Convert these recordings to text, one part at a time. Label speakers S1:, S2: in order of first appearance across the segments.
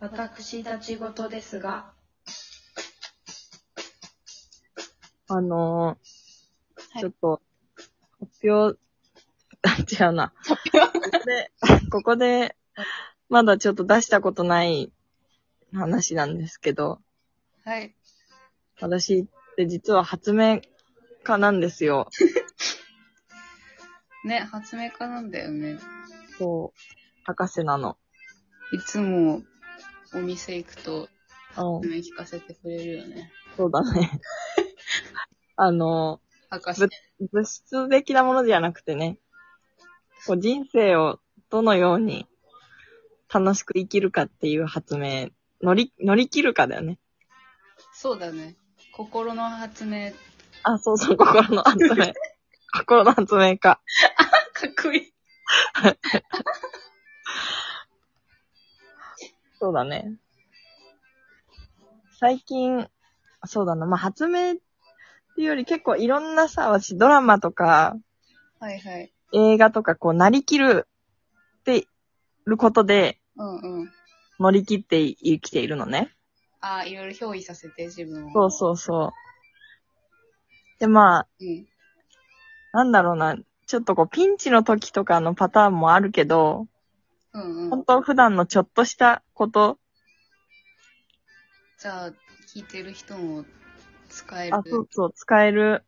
S1: 私たち事ですが、
S2: あの
S3: は
S2: ー
S3: い
S2: ちょっと、発表、違うな。ここで、ここで、まだちょっと出したことない話なんですけど、
S3: はい。
S2: 私って実は発明家なんですよ。
S3: ね、発明家なんだよね。
S2: そう。博士なの。
S3: いつもお店行くと
S2: うん
S3: 発明聞かせてくれるよね。
S2: そう だね。あの
S3: 博士
S2: ぶ。ー、物質的なものじゃなくてね、こう人生をどのように楽しく生きるかっていう発明、乗り、乗り切るかだよね。
S3: そうだね。心の発 明。
S2: あ、そうそう、心の発 明。心の発明家。
S3: かっこいい。
S2: そうだね。最近、そうだな、まあ、発明っていうより結構いろんなさ、私ドラマとか
S3: はいはい。
S2: 映画とかこう、なりきるってることで
S3: うんうん。
S2: 乗り切って生きているのね。
S3: ああ、いろいろ憑依させて、自分を。
S2: そうそうそう。で、まあ、
S3: うん。
S2: なんだろうな、ちょっとこう、ピンチの時とかのパターンもあるけど、
S3: うんう
S2: 本
S3: ん。
S2: 当普段のちょっとしたこと、
S3: じゃあ、聞いてる人も使える
S2: あ、そうそう、使える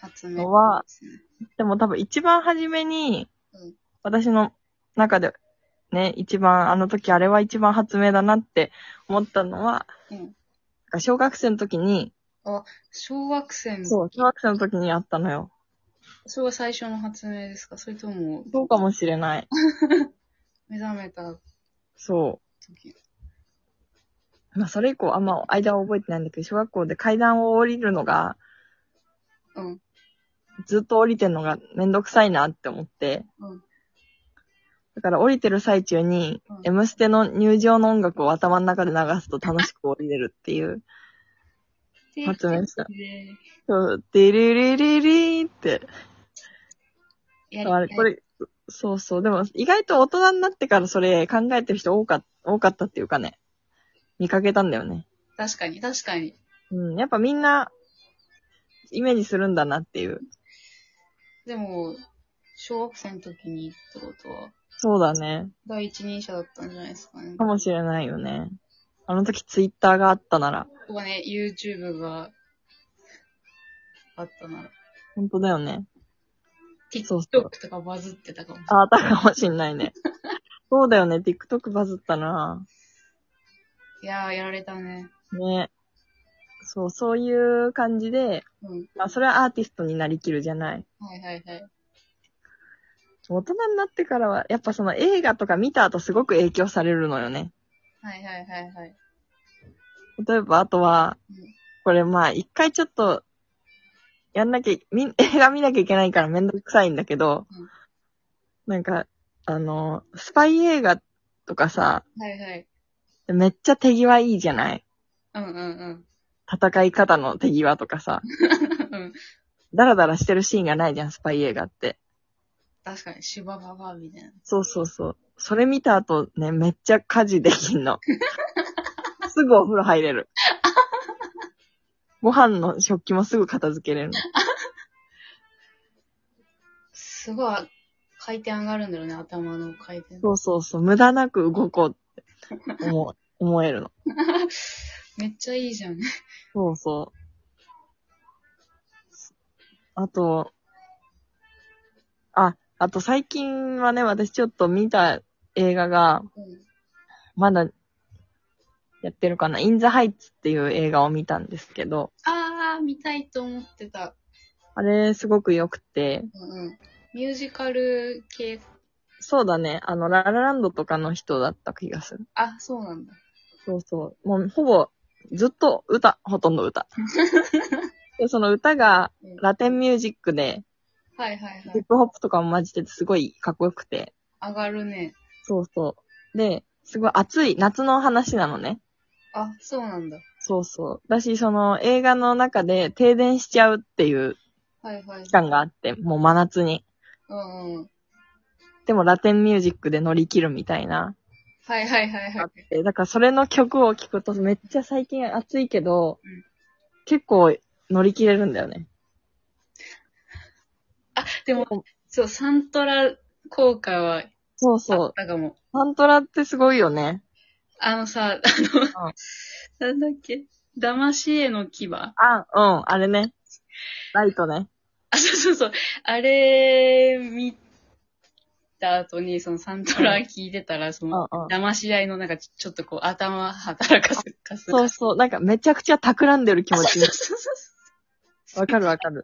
S3: 発明
S2: のは
S3: ですね。
S2: でも多分一番初めに
S3: うん、
S2: 私の中でね、一番、あの時あれは一番発明だなって思ったのは、
S3: うん。
S2: 小学生の時に、
S3: 小学生の、
S2: そう、小学生の時にあったのよ。
S3: それは最初の発明ですかそれとも、
S2: そうかもしれない。
S3: 目覚めた
S2: そ
S3: 時。
S2: う。まあ、それ以降、あんま間は覚えてないんだけど、小学校で階段を降りるのが、
S3: うん。
S2: ずっと降りてるのがめんどくさいなって思って、
S3: うん
S2: だから降りてる最中に、
S3: うん
S2: M ステの入場の音楽を頭の中で流すと楽しく降りれるっていう。発明した
S3: で
S2: そう、デリリリリーって。
S3: やり
S2: あれ、これ、そうそう。でも、意外と大人になってからそれ考えてる人多か多かったっていうかね。見かけたんだよね。
S3: 確かに、確かに。
S2: うん。やっぱみんな、イメージするんだなっていう。
S3: でも、小学生の時にってことは、
S2: そうだね。
S3: 第一人者だったんじゃないですかね。
S2: かもしれないよね。あの時ツイッターがあったなら。
S3: ここはね、YouTube があったなら、
S2: 本当だよね。そうそう
S3: TikTok とかバズってたかもしれない。
S2: あったかもしんないね。 そうだよね。TikTok バズったない
S3: やー、やられたね。
S2: ね。そう、そういう感じで、
S3: うん。
S2: まあ、それはアーティストになりきるじゃない。
S3: はいはいはい。
S2: 大人になってからは、やっぱその映画とか見た後すごく影響されるのよね。
S3: はいはいはいはい。
S2: 例えば、あとは
S3: うん、
S2: これまあ、一回ちょっと、やんな きゃ、み、映画見なきゃいけないからめんどくさいんだけど、
S3: うん
S2: なんか、あの、スパイ映画とかさ、
S3: はいはい。
S2: めっちゃ手際いいじゃない
S3: うんうん
S2: 戦い方の手際とかさ、
S3: うん。 うん。
S2: ダラダラしてるシーンがないじゃん、スパイ映画って。確
S3: 確かに、シュバババみたいな。
S2: そうそうそう。それ見た後ね、めっちゃ家事できんの。 すぐお風呂入れる。ご飯の食器もすぐ片付けれるの。
S3: すごい、回転上がるんだろうね、頭の回転。
S2: そうそうそう。無駄なく動こうって思う思えるの。
S3: めっちゃいいじゃん。
S2: そうそう。あと、あ、あと最近はね、私ちょっと見た映画が、
S3: うん。
S2: まだやってるかな、インザハイツっていう映画を見たんですけど、
S3: あー、見たいと思ってた。
S2: あれすごく良くて、
S3: うんうん。ミュージカル系、
S2: そうだね、あの、ララランドとかの人だった気がする。
S3: あ、そうなんだ。
S2: そうそう。もうほぼずっと歌、ほとんど歌。で、その歌が
S3: うん
S2: ラテンミュージックで、
S3: はいはいは
S2: ヒッ
S3: い。
S2: プホップとかも混じっててすごいかっこよくて。
S3: 上がるね。
S2: そうそう。で、すごい暑い夏の話なのね。
S3: あ、そうなんだ。
S2: そうそう。だし、その映画の中で停電しちゃうっていう
S3: はいはい
S2: 期。間があって、もう真夏に。
S3: うんうん。
S2: でもラテンミュージックで乗り切るみたいな。
S3: はいはいはい
S2: あ
S3: は
S2: っ
S3: い。
S2: て、だからそれの曲を聴くとめっちゃ最近暑いけど、
S3: うん
S2: 結構乗り切れるんだよね。
S3: あ、でも、そう、サントラ効果は
S2: そう
S3: あ
S2: そ
S3: っ
S2: う。
S3: たかも。
S2: サントラってすごいよね。
S3: あのさ、あの、なんだっけ、騙しへの牙。 あ、
S2: あ、うん、あれね。ライトね。
S3: そうそうそう。あれ、見た後に、そのサントラ聞いてたら、そ
S2: うん
S3: の、
S2: うん。
S3: 騙し合いのなんかちちょっとこう頭働かせ、かす
S2: そうそう。なんかめちゃくちゃ企んでる気持 ち
S3: そうそうそう
S2: わかるわかる。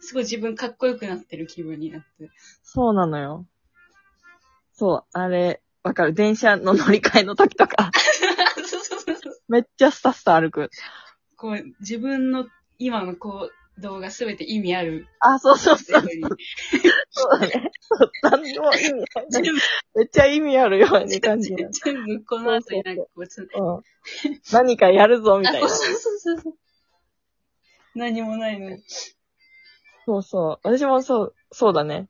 S3: すごい自分かっこよくなってる気分になって。
S2: そうなのよ。そう、あれ、わかる。電車の乗り換えの時とか、
S3: そうそうそうそう
S2: めっちゃスタスタ歩く。
S3: こう、自分の今の行動が全て意味ある
S2: あ、そうそう
S3: ってい
S2: そう
S3: うふうに。
S2: そうだね。そう、何にも意味ない
S3: 全部、
S2: めっちゃ意味あるように感じる。
S3: 全部この後になんかこう、つ
S2: うん。何かやるぞ、みたい
S3: あ
S2: な。
S3: そうそうそうそう。何もないのに。
S2: そうそう。私もそう、そうだね。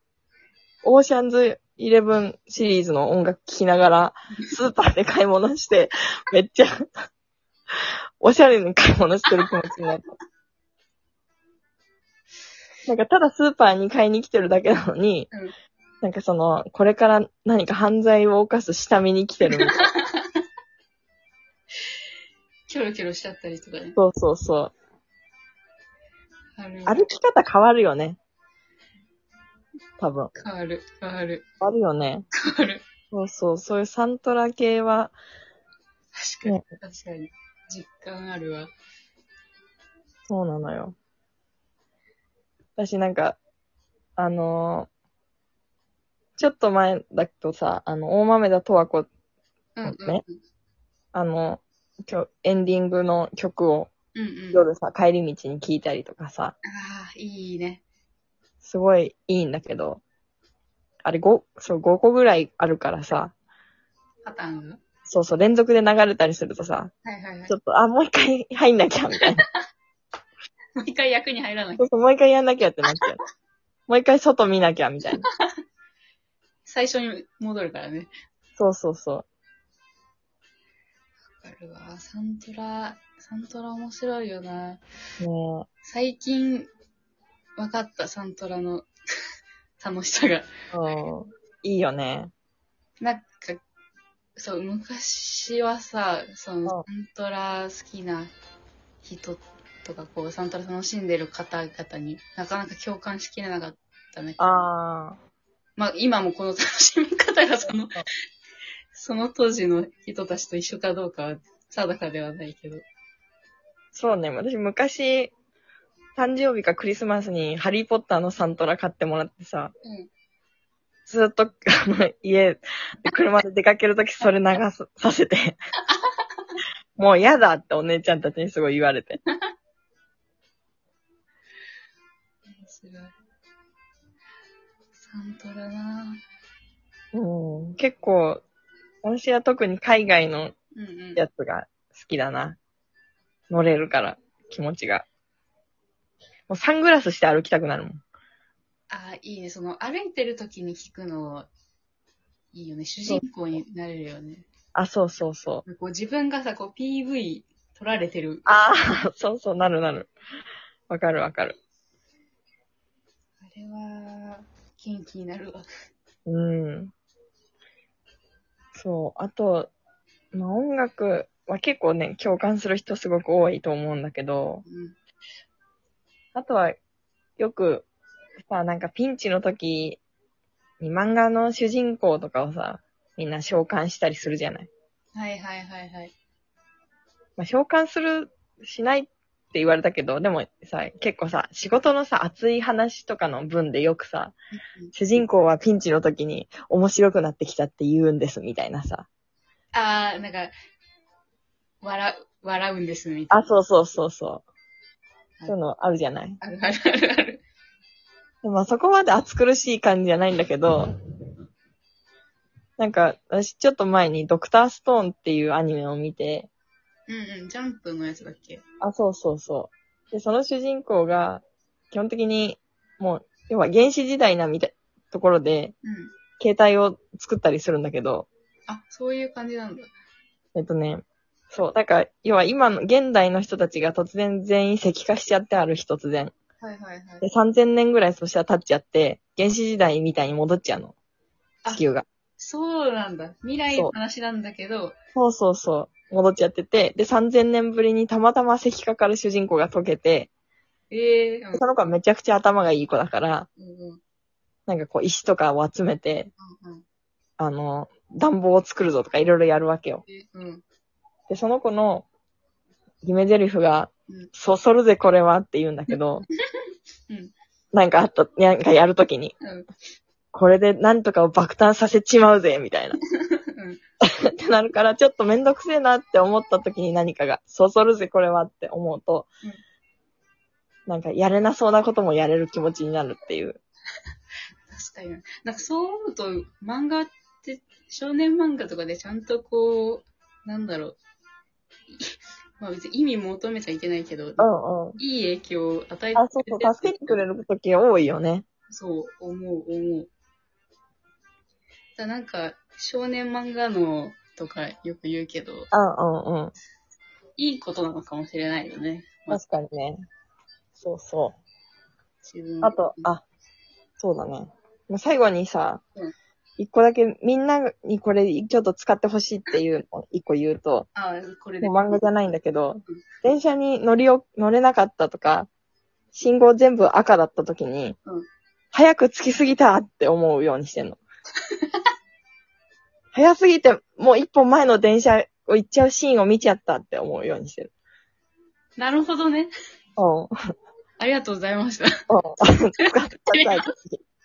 S2: オーシャンズイレブンシリーズの音楽聴きながら、スーパーで買い物して、めっちゃ、おしゃれに買い物してる気持ちになった。なんか、ただスーパーに買いに来てるだけなのに、
S3: うん
S2: なんかその、これから何か犯罪を犯す下見に来てるみたいな。
S3: キョロキョロしちゃったりとかね。
S2: そうそうそう。
S3: ある。
S2: 歩き方変わるよね。多分。
S3: 変わる。変わる。
S2: 変わるよね。
S3: 変わる。
S2: そうそう。そういうサントラ系は、
S3: 確かに。確かに。実感あるわ。
S2: そうなのよ。私なんか、あのーちょっと前だとさ、あの、大豆田とわ子、
S3: うんうん。
S2: ねあの、今日、エンディングの曲を
S3: うんうん。
S2: 夜さ、帰り道に聴いたりとかさ、
S3: ああ、いいね。
S2: すごいいいんだけど、あれ5、そう、5個ぐらいあるからさ、
S3: パターンが。
S2: そうそう、連続で流れたりするとさ、
S3: はいはいはい
S2: ち。ょっと、あ、もう一回入んなきゃ、みたいな。
S3: もう一回役に入らない
S2: そ。うそう、もう一回やんなきゃってなっちゃう。もう一回外見なきゃ、みたいな。
S3: 最初に戻るからね。
S2: そうそうそう。
S3: わかるわ。サントラ、サントラ面白いよな。
S2: ね
S3: 最近、分かった、サントラの 楽しさが。
S2: え、うん。いいよね。
S3: なんか、そう、昔はさ、その、サントラ好きな人とか、こう、サントラ楽しんでる方々になかなか共感しきれなかったね。
S2: あ
S3: まあ、今もこの楽しみ方がその、
S2: あ。
S3: その当時の人たちと一緒かどうかは定かではないけど。
S2: そうね、私昔、誕生日かクリスマスにハリーポッターのサントラ買ってもらってさ、
S3: うん
S2: ずっと、あの、家、車で出かけるときそれ流すさせて、もう嫌だってお姉ちゃんたちにすごい言われて。
S3: 面白い。サントラな
S2: うん、結構、私は特に海外の
S3: ぁ。うんうん。
S2: やつが好きだな。乗れるから、気持ちが。もうサングラスして歩きたくなるもん。
S3: ああ、いいね。その、歩いてる時に聞くの、いいよね。主人公になれるよね。
S2: あ、そうそうそう。
S3: こう自分がさ、こう PV 撮られてる。あ
S2: ああ、 そうそう、なるなる。わかるわかる。
S3: れは、元気になるわ。
S2: うん。そう。あと、まあ、音楽は結構ね、共感する人すごく多いと思うんだけど、
S3: うん。
S2: あとは、よく、さ、なんかピンチの時に漫画の主人公とかをさ、みんな召喚したりするじゃない。
S3: はいはいはいはい。
S2: まあ、召喚する、しないって言われたけど、でもさ、結構さ、仕事のさ、熱い話とかの文でよくさ、
S3: うん
S2: 主人公はピンチの時に面白くなってきたって言うんですみたいなさ。
S3: ああ、なんか、笑う、笑うんです、みたい
S2: あ、
S3: な。
S2: そうそうそうそう。そういうのあるじゃない。
S3: あるあるあるある。
S2: でもまあそこまで暑苦しい感じじゃないんだけど、なんか、私ちょっと前にドクターストーンっていうアニメを見て、
S3: うんうん、ジャンプのやつだっけ
S2: あ、そうそうそう。で、その主人公が、基本的に、もう、要は原始時代なみたいなところで、
S3: うん。
S2: 携帯を作ったりするんだけど、
S3: あ、そういう感じなんだ。
S2: えっとね、そう、だから、要は今の、現代の人たちが突然全員石化しちゃってある日突然。
S3: はいはいはい。
S2: で、3000年ぐらいそしたら経っちゃって、原始時代みたいに戻っちゃうの。
S3: あ
S2: 地球が。
S3: そうなんだ。未来の話なんだけど、
S2: そうそうそう。戻っちゃってて、で、3000年ぶりにたまたま石化から主人公が溶けて、
S3: ええー、
S2: でその子はめちゃくちゃ頭がいい子だから、
S3: うんうんうん
S2: なんかこう石とかを集めて、
S3: うん
S2: あの、暖房を作るぞとかいろいろやるわけよ。
S3: えうん。
S2: で、その子の夢台詞が
S3: うん、
S2: そそるぜこれはって言うんだけど、
S3: うん
S2: なんかあった、なんかやるときに、
S3: うん
S2: これでなんとかを爆誕させちまうぜ、みたいな。
S3: うん
S2: ってなるから、ちょっとめんどくせえなって思った時に何かが、そそるぜこれはって思うと、
S3: うん
S2: なんかやれなそうなこともやれる気持ちになるっていう。
S3: 確かにな。なんかそう思うと、漫画って、少年漫画とかでちゃんとこう、なんだろう。いまあ別に意味求めちゃいけないけど、
S2: うんうん。
S3: いい影響を与えて
S2: あ、そうそう、助けてくれる時多いよね。
S3: そう、思う、思う。だなんか、少年漫画のとかよく言うけど、
S2: うんうんうん。
S3: いいことなのかもしれないよね。まあ
S2: 確かにね。そうそう。
S3: 自分
S2: あと、あ、そうだね。まあ最後にさ
S3: うん、
S2: 一個だけみんなにこれちょっと使ってほしいっていうのを一個言うと、
S3: あ、これで。
S2: もう漫画じゃないんだけど
S3: うん、
S2: 電車に乗りを、乗れなかったとか、信号全部赤だった時に、
S3: うん
S2: 早く着きすぎたって思うようにしてんの。 早すぎて、もう一本前の電車を行っちゃうシーンを見ちゃったって思うようにしてる。
S3: なるほどね。
S2: うん。
S3: ありがとうございました。
S2: うん。使ってください。